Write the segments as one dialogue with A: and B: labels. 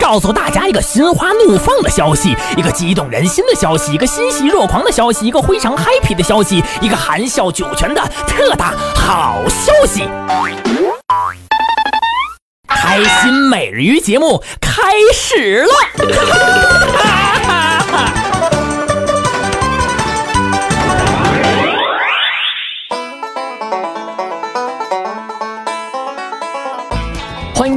A: 告诉大家一个心花怒放的消息，一个激动人心的消息，一个欣喜若狂的消息，一个非常 happy 的消息，一个含笑九泉的特大好消息！开心每日鱼节目开始了。欢迎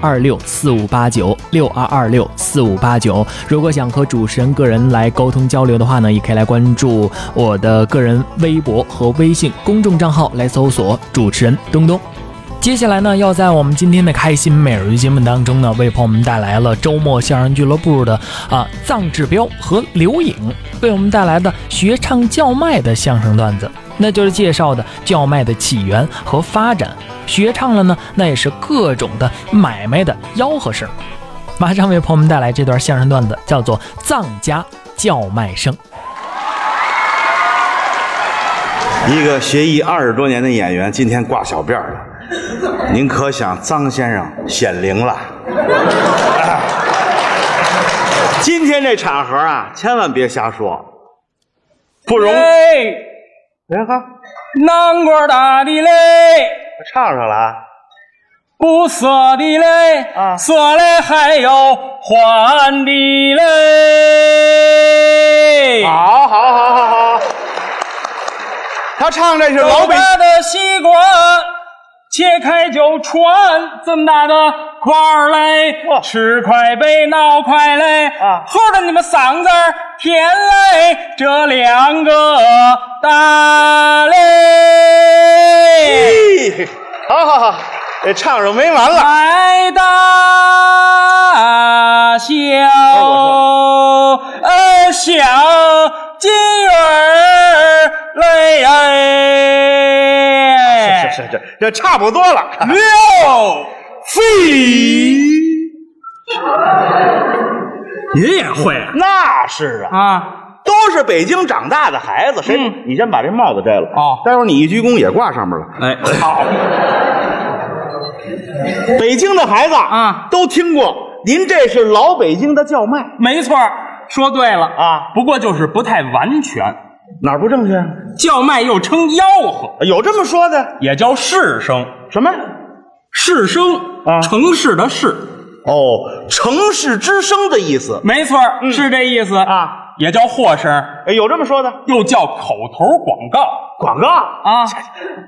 A: 二六四五八九六二二六四五八九。如果想和主持人个人来沟通交流的话呢，也可以来关注我的个人微博和微信公众账号来搜索主持人东东。接下来呢，要在我们今天的开心每日节目当中呢，为朋友们带来了周末相声俱乐部的啊臧志彪和刘颖为我们带来的学唱叫卖的相声段子，那就是介绍的叫卖的起源和发展。学唱了呢，那也是各种的买卖的吆喝声。马上为朋友们带来这段相声段子，叫做《臧家叫卖声》。
B: 一个学艺二十多年的演员，今天挂小辫儿了，您可想张先生显灵了、 啊。今天这场合啊，千万别瞎说，不容。
C: 哎，
B: 哎哈，
C: 南瓜大的嘞，
B: 唱上了啊，
C: 不色的嘞，
B: 啊
C: 色嘞还有黄的嘞。
B: 好，好，好，好，好。他唱这是老
C: 老
B: 北
C: 大的西瓜，切开就穿，这么大的块儿嘞，
B: 哇
C: 吃块呗，闹块嘞，
B: 哦啊
C: 喝的你们嗓子儿甜嘞，这两个大嘞，
B: 嘿好好好，这唱上没完了。
C: 来大小呃小金鱼儿嘞哎。
B: 是是是，这差不多了。
C: 六，
B: 嘿，
C: 您也会啊？
B: 那是啊。
C: 啊，
B: 都是北京长大的孩子，谁？
C: 嗯
B: 你先把这帽子摘了
C: 哦
B: 待会儿你一鞠躬也挂上面了。
C: 哎，
B: 好，北京的孩子
C: 啊
B: 都听过。您这是老北京的叫卖，
C: 没错儿，说对了
B: 啊
C: 不过就是不太完全，
B: 哪儿不正确啊？
C: 叫卖又称吆喝，
B: 有这么说的？
C: 也叫市声。
B: 什么？
C: 市声
B: 啊
C: 城市的市，
B: 哦，城市之声的意思。
C: 没错儿，是这意思
B: 嗯啊。
C: 也叫货声，
B: 哎有这么说的？
C: 又叫口头广告
B: 广告，
C: 啊。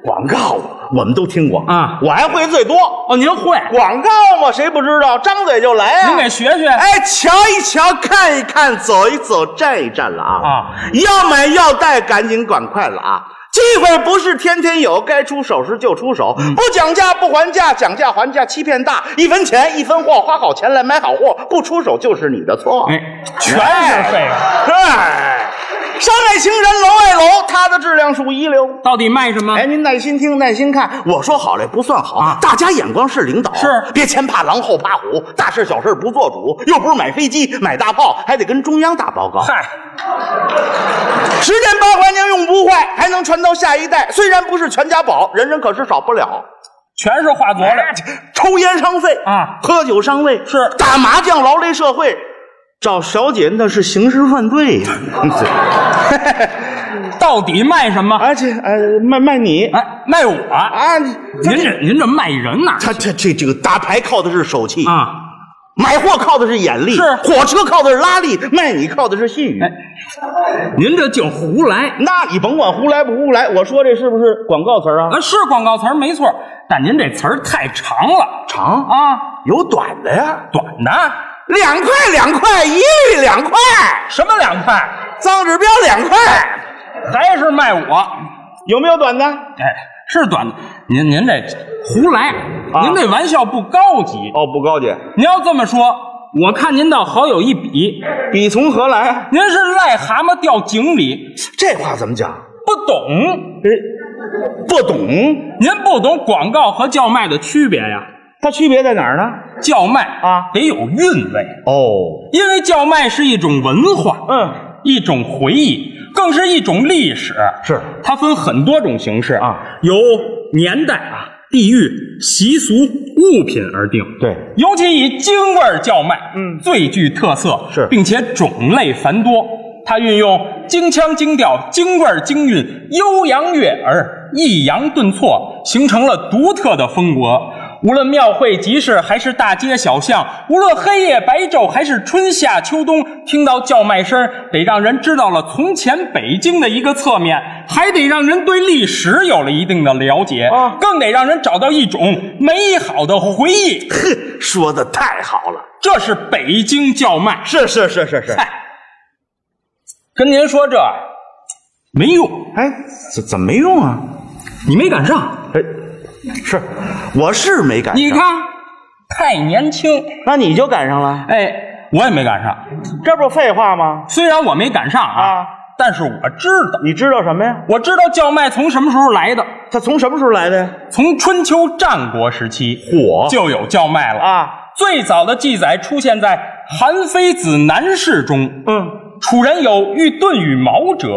B: 广告，我们都听过
C: 啊
B: 我还会最啊多。
C: 哦，您会，
B: 广告嘛，谁不知道？张嘴就来啊！
C: 您给学 学。
B: 哎，瞧一瞧，看一看，走一走，站一站了啊！
C: 啊，
B: 要买要带，赶紧赶快了啊！机会不是天天有，该出手时就出手，
C: 嗯
B: 不讲价不还价，讲价还价欺骗大，一分钱一分货，花好钱来买好货，不出手就是你的错。
C: 哎，全是废话。
B: 哎，山外情人楼外楼，它的质量属一流。
C: 到底卖什么？
B: 哎，您耐心听，耐心看。我说好嘞，不算好，
C: 啊
B: 大家眼光是领导，
C: 是
B: 别前怕狼后怕虎，大事小事不做主，又不是买飞机买大炮，还得跟中央打报告。
C: 嗨，
B: 十年八怀您用不坏，还能传到下一代。虽然不是全家宝，人人可是少不了。
C: 全是化佐料。
B: 抽烟伤肺
C: 啊
B: 喝酒伤胃
C: 是
B: 打麻将劳累社会，找小姐那是刑事犯罪 呀、
C: 到底卖什么？
B: 而且呃，卖卖你
C: 哎，卖我。
B: 啊，
C: 您这您这卖人呐？
B: 他他这这个打牌靠的是手气
C: 啊，
B: 买货靠的是哎眼力，
C: 是
B: 火车靠的是拉力，卖你靠的是信誉。
C: 您这就胡来
B: 那你甭管胡来不胡来，我说这是不是广告词儿啊？
C: 啊！是广告词儿没错，但您这词儿太长了
B: 长啊，
C: 啊，
B: 有短的呀，
C: 短的
B: 两块两块，一律两块，
C: 什么两块，哎
B: 脏指标两块，
C: 还是卖我。
B: 有没有短的？
C: 哎，是短的。您您这胡来，啊
B: 啊
C: 您这玩笑不高级。
B: 哦，不高级，
C: 您要这么说，我看您倒好有一比，
B: 笔从何来？
C: 您是癞蛤蟆掉井里，
B: 这话怎么讲？
C: 不懂，
B: 哎，不懂，
C: 您不懂广告和叫卖的区别呀。
B: 它区别在哪儿呢？
C: 叫卖
B: 啊
C: 得有韵味，
B: 哦，
C: 因为叫卖是一种文化，
B: 嗯，
C: 一种回忆，更是一种历史。
B: 是
C: 它分很多种形式
B: 啊，
C: 由年代啊、地域、习俗、物品而定。
B: 对
C: 尤其以京味儿叫卖，嗯，最具特色，
B: 是
C: 并且种类繁多。它运用京腔京调、京味儿京韵、悠扬悦耳、抑扬顿挫，形成了独特的风格。无论庙会、集市，还是大街小巷，无论黑夜白昼，还是春夏秋冬，听到叫卖声儿，得让人知道了从前北京的一个侧面，还得让人对历史有了一定的了解，
B: 啊
C: 更得让人找到一种美好的回忆。
B: 哼，说的太好了，
C: 这是北京叫卖。
B: 是是是是是，
C: 跟您说这没用，
B: 哎，怎怎么没用啊？
C: 你没赶上。
B: 哎，是，我是没赶上，
C: 你，看，太年轻。
B: 那你就赶上了，
C: 哎，我也没赶上。
B: 这不废话吗？
C: 虽然我没赶上啊，
B: 啊
C: 但是我知道，
B: 你知道什么呀？
C: 我知道叫卖从什么时候来的。
B: 它从什么时候来的呀？
C: 从春秋战国时期
B: 火
C: 就有叫卖了。
B: 啊，
C: 最早的记载出现在《韩非子南氏》中。
B: 嗯，
C: 楚人有欲遁与矛者，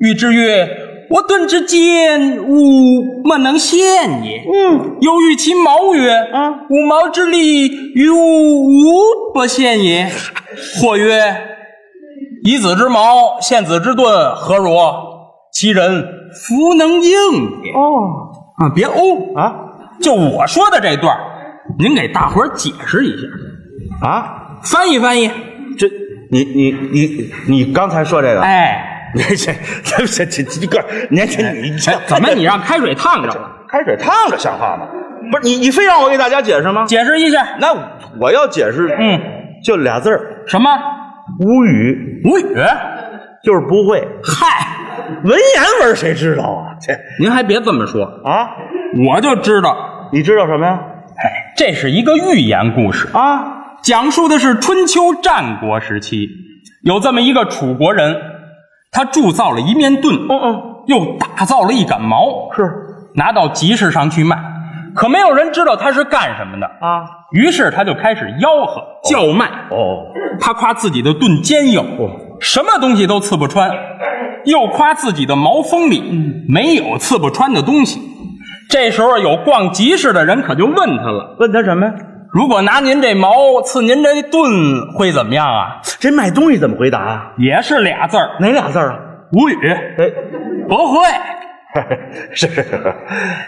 C: 欲之曰：“我遁之间，吾莫能陷也。”嗯，又欲其矛曰：“
B: 啊
C: 吾矛之利，于吾无不陷也。” 或曰：“以子之矛，陷子之盾，何如？其人弗能应也。”
B: 哦，
C: 啊，别哦，
B: 啊
C: 就我说的这段儿，您给大伙儿解释一下，
B: 啊，
C: 翻译翻译。
B: 这你你你你刚才说这个，
C: 哎，
B: 你 这这这这这个年轻你这
C: 哎怎么你让开水烫着了？
B: 开水烫着像话吗？不是你你非让我给大家解释吗？
C: 解释一下，
B: 那我要解释，
C: 嗯，
B: 就俩字儿，
C: 什么
B: 无语，
C: 无语？
B: 就是不会。
C: 嗨，
B: 文言文谁知道啊？这
C: 您还别这么说，
B: 啊，
C: 我就知道，
B: 你知道什么呀？
C: 哎，这是一个寓言故事，
B: 啊，
C: 讲述的是春秋战国时期，有这么一个楚国人，他铸造了一面盾，嗯嗯，又打造了一杆矛，
B: 是
C: 拿到集市上去卖，可没有人知道他是干什么的，
B: 啊，
C: 于是他就开始吆喝叫卖，
B: 哦，
C: 他夸自己的盾坚硬，什么东西都刺不穿，又夸自己的毛锋利，没有刺不穿的东西。这时候有逛集市的人可就问他了
B: 问他什么呀？：“
C: 如果拿您这矛刺您这盾，会怎么样啊
B: 这卖东西怎么回答啊？？”
C: 也是俩字儿，
B: 哪俩字儿啊？
C: 无语，
B: 哎，
C: 不会。
B: 是 是是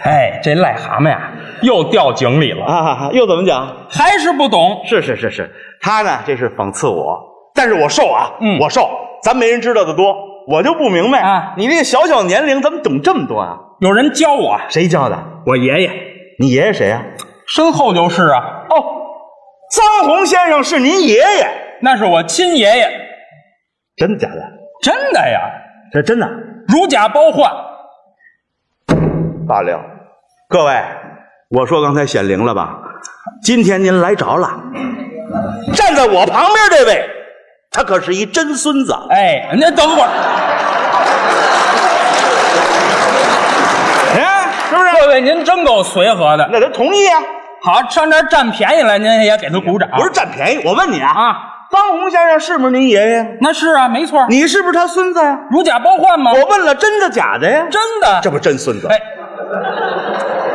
C: 哎，这癞蛤蟆呀，又掉井里了，
B: 啊，又怎么讲？
C: 还是不懂。
B: 是是是是，他呢这是讽刺我，但是我瘦啊，
C: 嗯
B: 我瘦，咱没人知道的多，我就不明白
C: 啊
B: 你这小小年龄怎么懂这么多啊？
C: 有人教我，
B: 谁教的？
C: 我爷爷
B: 你爷爷谁啊呀、
C: 身后就是啊，
B: 臧洪先生是您爷爷？
C: 那是我亲爷爷，
B: 真的假的？
C: 真的呀，
B: 这真的？
C: 如假包换。
B: 罢了，各位，我说刚才显灵了吧？今天您来着了，站在我旁边这位，他可是一真孙子。
C: 哎，那等会儿，
B: 哎，是不是？
C: 各位您真够随和的。
B: 那他同意啊？
C: 好，上这儿占便宜来，您也给他鼓掌。
B: 不是占便宜，我问你啊，
C: 啊，
B: 方洪先生是不是您爷爷？
C: 那是啊，没错，
B: 你是不是他孙子呀？
C: 如假包换吗？
B: 我问了，真的假的呀？
C: 真的，
B: 这不真孙子？
C: 啊哎，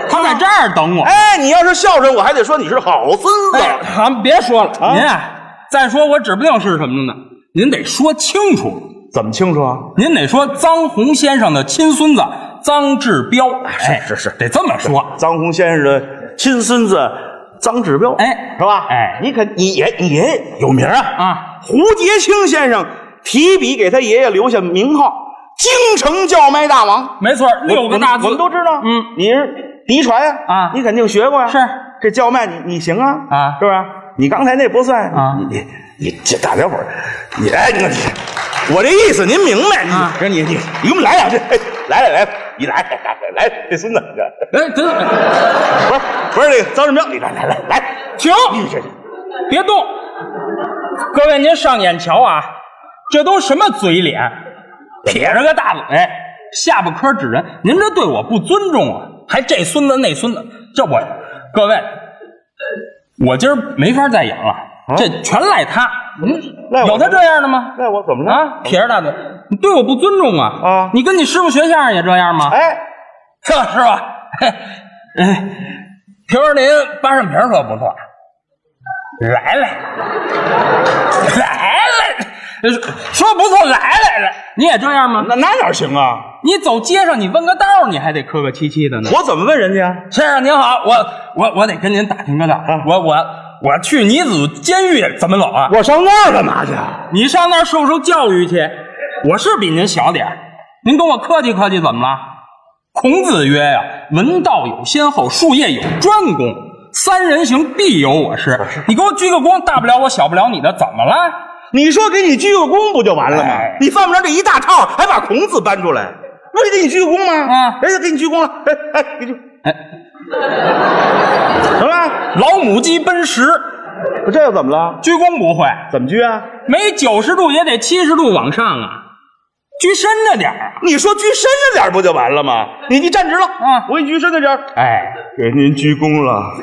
C: 他在这儿等我。
B: 哎，你要是孝顺，我还得说你是好孙
C: 哎，
B: 子。
C: 好，别说了，
B: 啊
C: 您啊，再说我指不定是什么呢，您得说清楚，
B: 怎么清楚啊？
C: 您得说臧洪先生的亲孙子臧志彪。哎，
B: 啊是是
C: 得这么说。
B: 臧洪先生的亲孙子脏指标，
C: 哎
B: 是吧？
C: 哎
B: 你肯你爷你爷爷有名啊
C: 啊！
B: 胡杰清先生提笔给他爷爷留下名号“京城叫卖大王
C: 没错，”，六个大字
B: 我们我们都知道。
C: 嗯，
B: 你是嫡传呀，
C: 啊
B: 你肯定学过呀。
C: 是
B: 这叫卖你你行啊，
C: 啊
B: 是吧？你刚才那不算
C: 啊
B: 你你你这大家伙儿，你哎你你，我这意思您明白？你
C: 啊
B: 这你你你给我们来两句，哎来来来，你来 来来来，这孙子，你这
C: 哎，等等，
B: 不是不是那个张志彪，你来来来来，
C: 停，
B: 你这
C: 别动！各位，您上眼瞧啊，这都什么嘴脸？撇着个大尾，下巴颏指人，您这对我不尊重啊！还这孙子那孙子，这我，各位，我今儿没法再演了，这全赖他。
B: 啊嗯赖我
C: 有他这样的吗？
B: 那我怎么了
C: 啊，撇着大嘴，你对我不尊重啊！
B: 啊
C: 你跟你师傅学相声也这样吗？
B: 哎。
C: 是 吧？是吧？嘿哎，评说您八扇屏说不错，来来来来，说不错，来来来，你也这样吗？
B: 那那哪行啊？
C: 你走街上，你问个道，你还得客客气气的呢。
B: 我怎么问人家？
C: 先生您好，我我我得跟您打听个道，我我我去女子监狱怎么走啊？
B: 我上那儿干嘛去？啊
C: 你上那儿受受教育去。我是比您小点儿您跟我客气客气怎么了？孔子曰呀、文道有先后，术业有专攻，三人行必有我师。你给我鞠个躬，大不了我小不了你的，怎么了？
B: 你说给你鞠个躬不就完了吗？
C: 哎
B: 你犯不着这一大套，还把孔子搬出来，不是给你鞠个躬吗？
C: 啊
B: 人家给你鞠躬了，哎哎，给你，
C: 哎，
B: 怎么了？
C: 老母鸡奔食，
B: 这又怎么了？
C: 鞠躬不会，
B: 怎么鞠啊？
C: 没九十度也得七十度往上啊，鞠深着点儿啊。
B: 你说鞠深着点儿不就完了吗？你你站直了，
C: 啊
B: 我给你鞠深着点儿，
C: 哎，
B: 给您鞠躬了，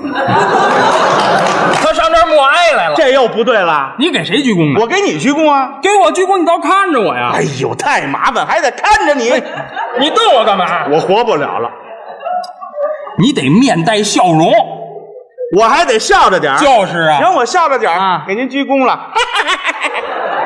C: 他上这儿默哀来了。
B: 这又不对了，
C: 你给谁鞠躬啊？
B: 我给你鞠躬啊！
C: 给我鞠躬，你倒看着我呀！
B: 哎呦，太麻烦，还得看着你，
C: 哎你瞪我干嘛？
B: 我活不了了，
C: 你得面带笑容。
B: 我还得笑着点儿。
C: 就是啊，
B: 让我笑着点儿
C: 啊
B: 给您鞠躬了。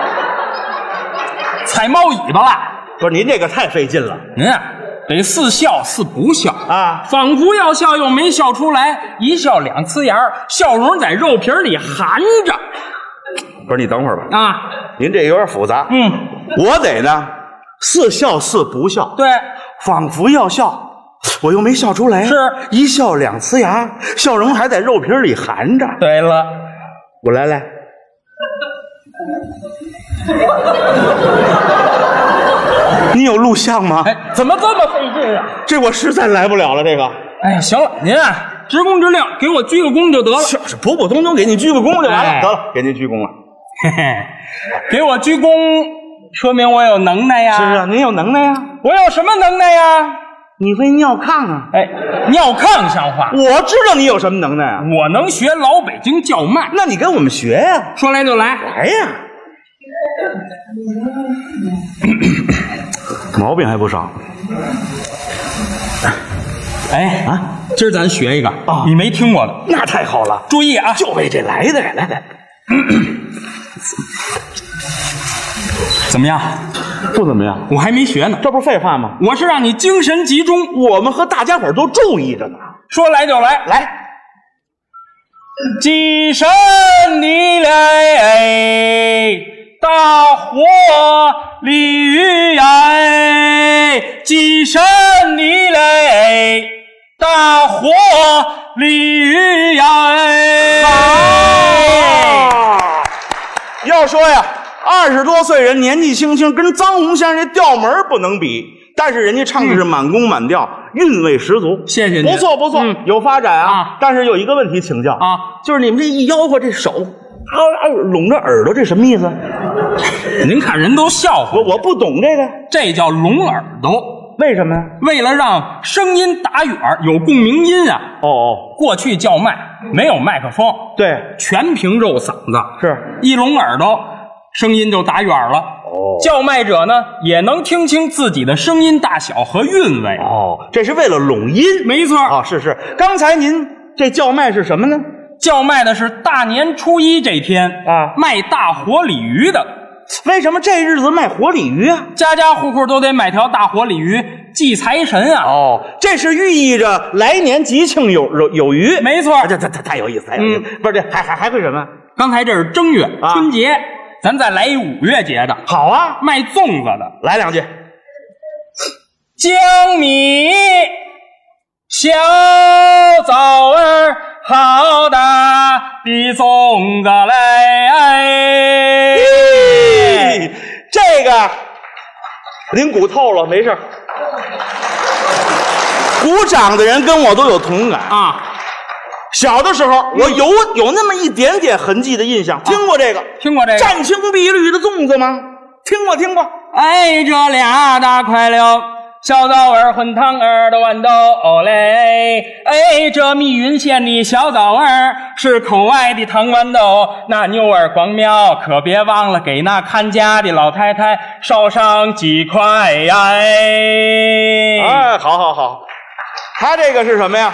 C: 踩猫尾巴了。
B: 不是您这个太费劲了，
C: 您啊，得似笑似不笑
B: 啊
C: 仿佛要笑又没笑出来，一笑两呲牙儿，笑容在肉皮儿里含着
B: 不是你等会儿吧，
C: 啊。
B: 您这有点复杂。
C: 嗯，
B: 我得呢，似笑似不笑，
C: 对，
B: 仿佛要笑，我又没笑出来，
C: 是
B: 一笑两呲牙，笑容还在肉皮里含着。
C: 对了，
B: 我来来， 你有录像吗？
C: 哎，怎么这么费劲啊？
B: 这我实在来不了了，这个
C: 哎呀，行了，您啊，职工之令，给我鞠个躬就得了。
B: 就是普普通通给你鞠个躬就完了，
C: 哎
B: 得了，给您鞠躬了。
C: 嘿嘿，给我鞠躬，说明我有能耐呀。
B: 是啊，您有能耐啊，
C: 我有什么能耐呀？
B: 你会尿炕啊。
C: 哎，尿炕像话，
B: 我知道你有什么能耐啊，
C: 我能学老北京叫卖，
B: 那你跟我们学呀、
C: 说来就来。
B: 来呀。 毛病还不少，
C: 哎啊，今儿咱学一个
B: 啊
C: 你没听过的，
B: 那太好了，
C: 注意啊！
B: 就为这来的呀！来来，
C: 怎么样？
B: 不怎么样，
C: 我还没学呢，
B: 这不是废话吗？
C: 我是让你精神集中，
B: 我们和大家伙儿都注意着呢。
C: 说来就来。
B: 来，
C: 几声你来，大火鲤鱼来，几声你来，大火鲤鱼来。
B: 啊，要说呀，二十多岁人年纪轻轻，跟张洪先生这调门儿不能比，但是人家唱的是满宫满调，韵味十足。
C: 谢谢您
B: 不错不错，
C: 嗯
B: 有发展
C: 啊
B: 啊。但是有一个问题请教
C: 啊，
B: 就是你们这一吆喝这手啊啊拢着耳朵，这什么意思？
C: 您看人都笑话
B: 我，我不懂这个，
C: 这叫聋耳朵。
B: 为什么呀？
C: 为了让声音打远儿有共鸣音啊，
B: 哦哦，
C: 过去叫卖没有麦克风，
B: 对，
C: 全凭肉嗓子，
B: 是
C: 一聋耳朵，声音就打远儿了。
B: 哦
C: 叫卖者呢也能听清自己的声音大小和韵味。
B: 哦，这是为了拢音
C: 没错，
B: 啊，是是。刚才您这叫卖是什么呢？
C: 叫卖的是大年初一这天
B: 啊
C: 卖大活鲤鱼的，
B: 为什么这日子卖活鲤鱼啊？
C: 家家户户都得买条大活鲤鱼祭财神啊。
B: 哦，这是寓意着来年吉庆有有有余。
C: 没错
B: 啊这这这太有意思，太有意思。不是这还还还会什么？
C: 刚才这是正月、
B: 啊
C: 春节，咱再来一五月节的，
B: 好啊，
C: 卖粽子的，
B: 来两句。
C: 江米，小枣儿，好大的粽子哎来。
B: 嘿哎这个您鼓透了，没事儿。鼓掌的人跟我都有同感。嗯
C: 啊，
B: 小的时候，我有有那么一点点痕迹的印象，听过这个
C: 听过这个？
B: 湛青碧绿的粽子吗？听过，听过。
C: 哎，这俩大块料，小枣儿、混汤儿的豌豆哦嘞。哎，这密云县的小枣儿是口外的糖豌豆，那妞儿光苗可别忘了给那看家的老太太捎上几块呀！哎，
B: 哎，好好好，他这个是什么呀？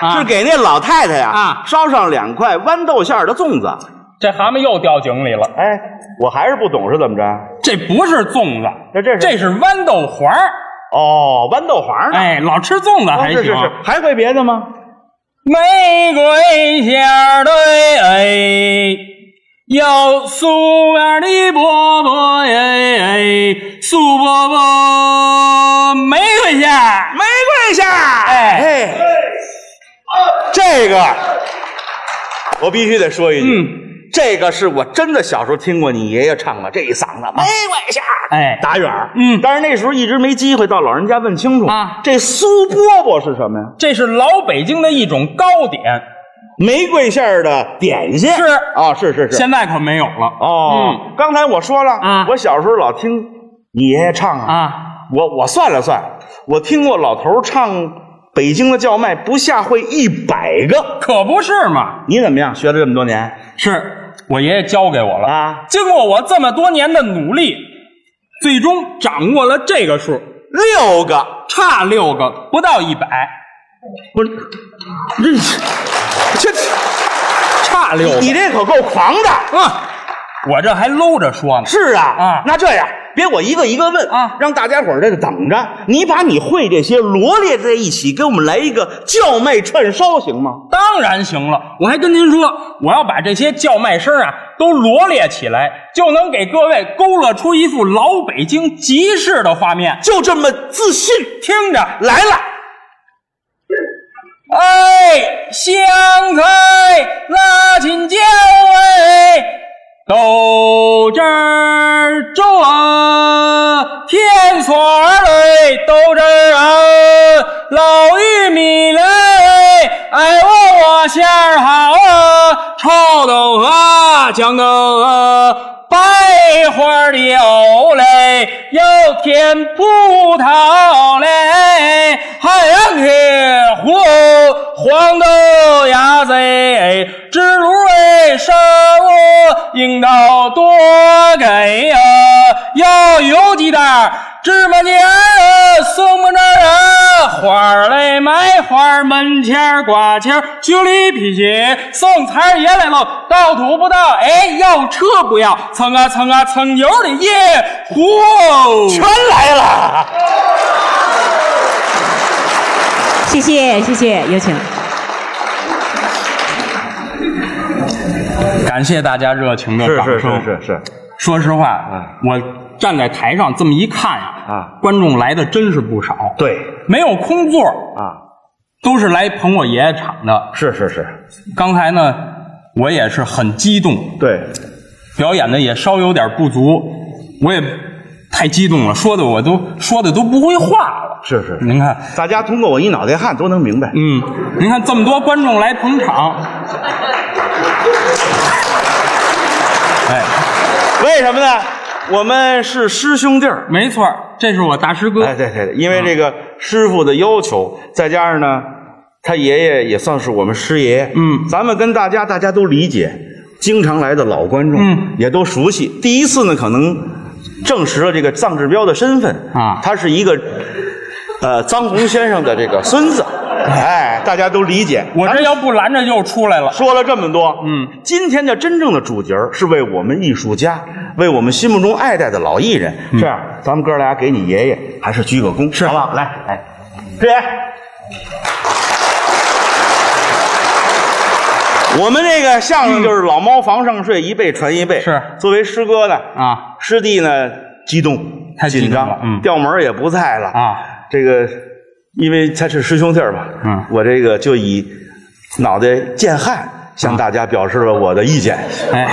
C: 啊
B: 是给那老太太呀
C: 啊
B: 烧上两块豌豆馅儿的粽子。
C: 这蛤蟆又掉井里了。
B: 哎，我还是不懂是怎么着？
C: 这不是粽子，
B: 那这是
C: 这是豌豆黄儿。
B: 哦，豌豆黄呢？
C: 哎，老吃粽子
B: 哦
C: 还行。
B: 是是是，还会别的吗？
C: 玫瑰下对，哎，有素面的伯伯，哎哎，素伯哎伯玫瑰下，
B: 玫瑰馅儿，
C: 哎
B: 哎，这个我必须得说一句，
C: 嗯
B: 这个是我真的小时候听过你爷爷唱过这一嗓子玫瑰馅儿，
C: 哎
B: 打远儿，
C: 嗯
B: 但是那时候一直没机会到老人家问清楚
C: 啊
B: 这苏饽饽是什么呀？
C: 这是老北京的一种糕点，
B: 玫瑰馅儿的点心
C: 是
B: 啊，是是是，
C: 现在可没有了
B: 哦，刚才我说了
C: 啊
B: 我小时候老听你爷爷唱啊，
C: 啊！
B: 我我算了算，我听过老头儿唱北京的叫卖不下会一百个。
C: 可不是嘛，
B: 你怎么样？学了这么多年
C: 是我爷爷教给我了。
B: 啊，
C: 经过我这么多年的努力，最终掌握了这个数，
B: 六个，
C: 差六个不到一百，
B: 不是，这
C: 差六
B: 这
C: 个
B: 你这可够狂的。
C: 啊！我这还搂着说呢。
B: 是啊，
C: 啊
B: 那这样，别我一个一个问
C: 啊
B: 让大家伙儿在这等着。你把你会这些罗列在一起，给我们来一个叫卖串烧，行吗？
C: 当然行了，我还跟您说，我要把这些叫卖声啊都罗列起来，就能给各位勾勒出一幅老北京集市的画面。
B: 就这么自信
C: 听着，
B: 来了，
C: 哎，香菜、辣青椒，哎，豆汁儿、粥啊，甜蒜儿嘞，豆汁儿啊，老玉米嘞，哎，窝窝馅儿好啊，臭豆腐啊，豇豆啊。白花的藕嘞，有甜葡萄嘞，海洋铁壶，黄豆芽子，枝芦哎，生物应当多给呀、要有几袋儿芝麻尖儿、松木枝儿啊，花儿嘞买花儿，门前儿挂钱儿，修理皮鞋，送财儿爷来喽，到土不到，哎，要车不要，蹭啊蹭啊蹭油的耶，嚯！
B: 全来了。
D: 谢谢谢谢，有请。
C: 感谢大家热情的掌声。
B: 是是，
C: 说实话，我站在台上这么一看呀、
B: 啊
C: 观众来的真是不少，
B: 对
C: 没有空座，
B: 啊，
C: 都是来捧我爷爷场的。
B: 是是是，
C: 刚才呢，我也是很激动，
B: 对，
C: 表演的也稍有点不足，我也太激动了，说的我都说的都不会话了。
B: 是是
C: 您看，
B: 大家通过我一脑袋汗都能明白。
C: 嗯，您看这么多观众来捧场，哎，
B: 为什么呢？我们是师兄弟儿，
C: 没错儿，这是我大师哥，
B: 哎，对对对，因为这个师傅的要求，再加上呢，他爷爷也算是我们师爷，
C: 嗯
B: 咱们跟大家大家都理解，经常来的老观众，
C: 嗯，
B: 也都熟悉。第一次呢，可能证实了这个臧志彪的身份
C: 啊
B: 他是一个呃臧洪先生的这个孙子，哎，大家都理解。
C: 我
B: 咱
C: 这要不拦着又出来了。
B: 说了这么多，
C: 嗯，
B: 今天的真正的主角是为我们艺术家为我们心目中爱戴的老艺人。
C: 嗯
B: 这样，咱们哥俩给你爷爷还是鞠个躬，是好不好？来，哎来，师爷，我们这个相声就是老猫房上睡，一辈传一辈。
C: 嗯是
B: 作为师哥呢，
C: 啊，
B: 师弟呢激动，
C: 太激
B: 紧
C: 动
B: 张
C: 了嗯
B: 调门儿也不在了
C: 啊。
B: 这个，因为他是师兄弟儿嘛，
C: 嗯
B: 我这个就以脑袋见汗向大家表示了我的意见。
C: 哎，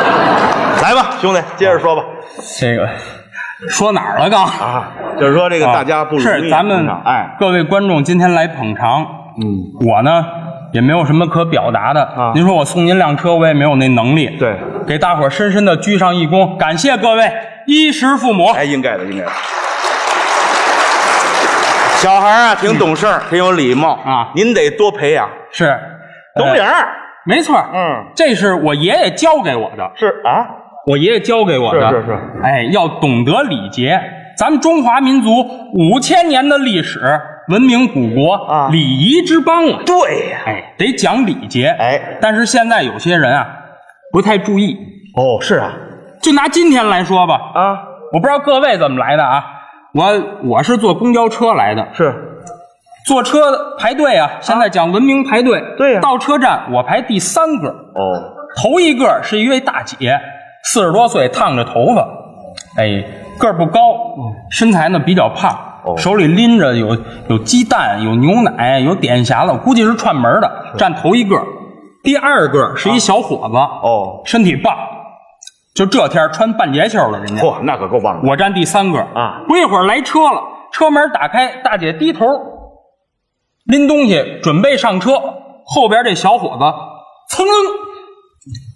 B: 来吧，兄弟，接着说吧。
C: 这个说哪儿了刚？
B: 啊，就是说这个
C: 啊
B: 大家不容易
C: 是咱们
B: 哎，
C: 各位观众今天来捧场，
B: 嗯，
C: 我呢也没有什么可表达的
B: 啊
C: 您说我送您辆车，我也没有那能力。
B: 对，
C: 给大伙儿深深的鞠上一躬，感谢各位衣食父母。
B: 哎，应该的，应该的。小孩儿啊，挺懂事儿，挺有礼貌
C: 啊
B: 您得多培养。
C: 是，
B: 懂
C: 呃
B: 领儿，
C: 没错，
B: 哎嗯，
C: 这是我爷爷教给我的，
B: 是啊，
C: 我爷爷教给我的，
B: 是是是，
C: 哎，要懂得礼节。咱们中华民族五千年的历史，文明古国，
B: 啊
C: 礼仪之邦啊，
B: 对呀。
C: 哎，得讲礼节，
B: 哎，
C: 但是现在有些人啊，不太注意。
B: 哦，是啊，
C: 就拿今天来说吧，
B: 啊，
C: 我不知道各位怎么来的啊，我我是坐公交车来的，
B: 是
C: 坐车排队啊，现在讲文明排队，
B: 对呀啊
C: 到车站我排第三个，
B: 哦，
C: 头一个是一位大姐，四十多岁，烫着头发，哎，个儿不高，身材呢比较胖，
B: 哦
C: 手里拎着有有鸡蛋、有牛奶、有点匣子，估计是串门的，站头一个。第二个是一小伙子，
B: 哦
C: 身体棒，就这天穿半截袖了，人家。
B: 嚯，那可够棒的。
C: 我站第三个
B: 啊，
C: 不一会儿来车了，车门打开，大姐低头拎东西准备上车，后边这小伙子噌楞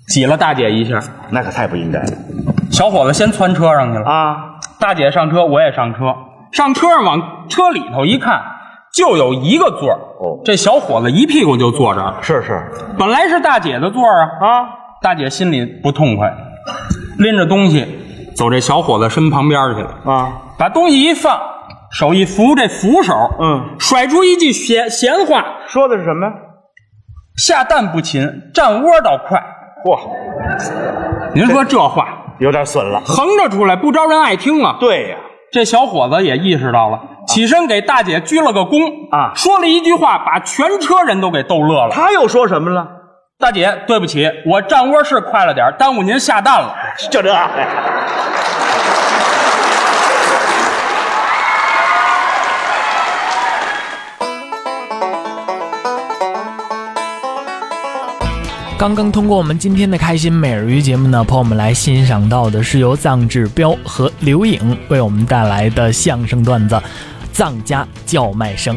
C: 挤了大姐一下，
B: 那可太不应该了
C: 小伙子先窜车上去了，
B: 啊！
C: 大姐上车，我也上车，上车上往车里头一看，就有一个座儿
B: 哦
C: 这小伙子一屁股就坐这儿了，
B: 是是
C: 本来是大姐的座儿啊，
B: 啊，
C: 大姐心里不痛快，拎着东西走这小伙子身旁边去了
B: 啊，
C: 把东西一放，手一扶这扶手，
B: 嗯，
C: 甩出一句闲闲话
B: 说的是什么呀？：“
C: 下蛋不勤，占窝倒快。
B: 嚯，”
C: 您说这话
B: 有点损了。
C: 横着出来，不招人爱听啊！
B: 对呀，
C: 这小伙子也意识到了，起身给大姐鞠了个躬
B: 啊
C: 说了一句话，把全车人都给逗乐了。
B: 他又说什么了？
C: 大姐，对不起，我占窝是快了点儿，耽误您下蛋了。
B: 就这，
A: 刚刚通过我们今天的开心美人鱼节目呢，朋友们来欣赏到的是由臧志彪和刘颖为我们带来的相声段子《臧家叫卖声》。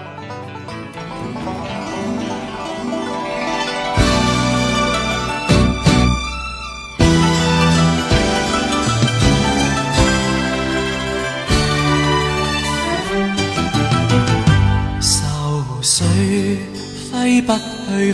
E: 愁水揮不去，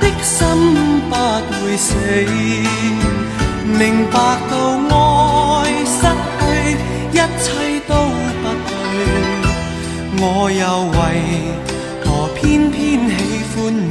E: 的心不會死？明白到愛失去，一切都不對，我又為何偏偏喜歡你？